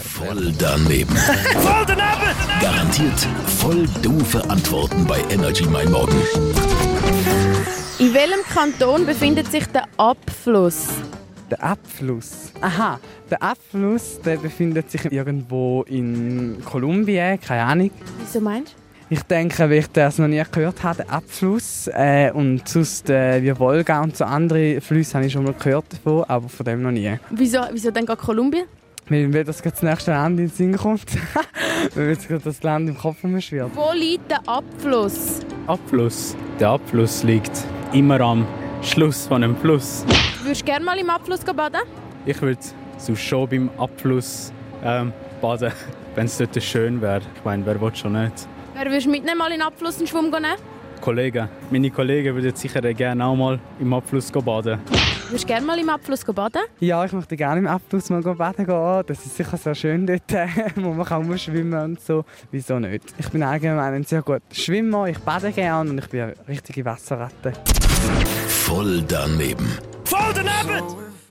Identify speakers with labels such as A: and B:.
A: Voll daneben.
B: Voll daneben!
A: Garantiert voll doofe Antworten bei Energy Mein Morgen.
C: In welchem Kanton befindet sich der Abfluss?
D: Der Abfluss. Aha, der Abfluss der befindet sich irgendwo in Kolumbien, keine Ahnung.
C: Wieso meinst
D: Ich denke, weil ich das noch nie gehört habe, der Abfluss. Äh, und sonst äh, wie Wolga und so andere Flüsse habe ich schon mal gehört davon, aber von dem noch nie.
C: du? Wieso, wieso denn gerade Kolumbien?
D: Weil mir das gerade das nächste Land in den Sinn kommt. Weil mir jetzt gerade das Land im Kopf rumschwirrt.
C: Wo liegt der Abfluss?
E: Abfluss. Der Abfluss liegt immer am Schluss von einem Fluss.
C: Würdest du gerne mal im Abfluss gehen baden?
E: Ich würde so schon beim Abfluss ähm, baden, wenn es dort schön wäre. Ich meine, wer will schon nicht?
C: Wer würdest du mitnehmen, mal in den Abfluss einen Schwimm gehen?
E: Kollegen, meine Kollegen würden sicher gerne auch mal im Abfluss go baden.
C: Würdest du gerne mal im Abfluss gehen baden?
D: Ja, ich möchte gerne im Abfluss mal baden gehen. Das ist sicher sehr schön dort, wo man kann rumschwimmen und so. Wieso nicht? Ich bin allgemein ein sehr guter Schwimmer, ich bade gerne und ich bin eine richtige Wasserratte.
A: Voll daneben.
B: Voll daneben!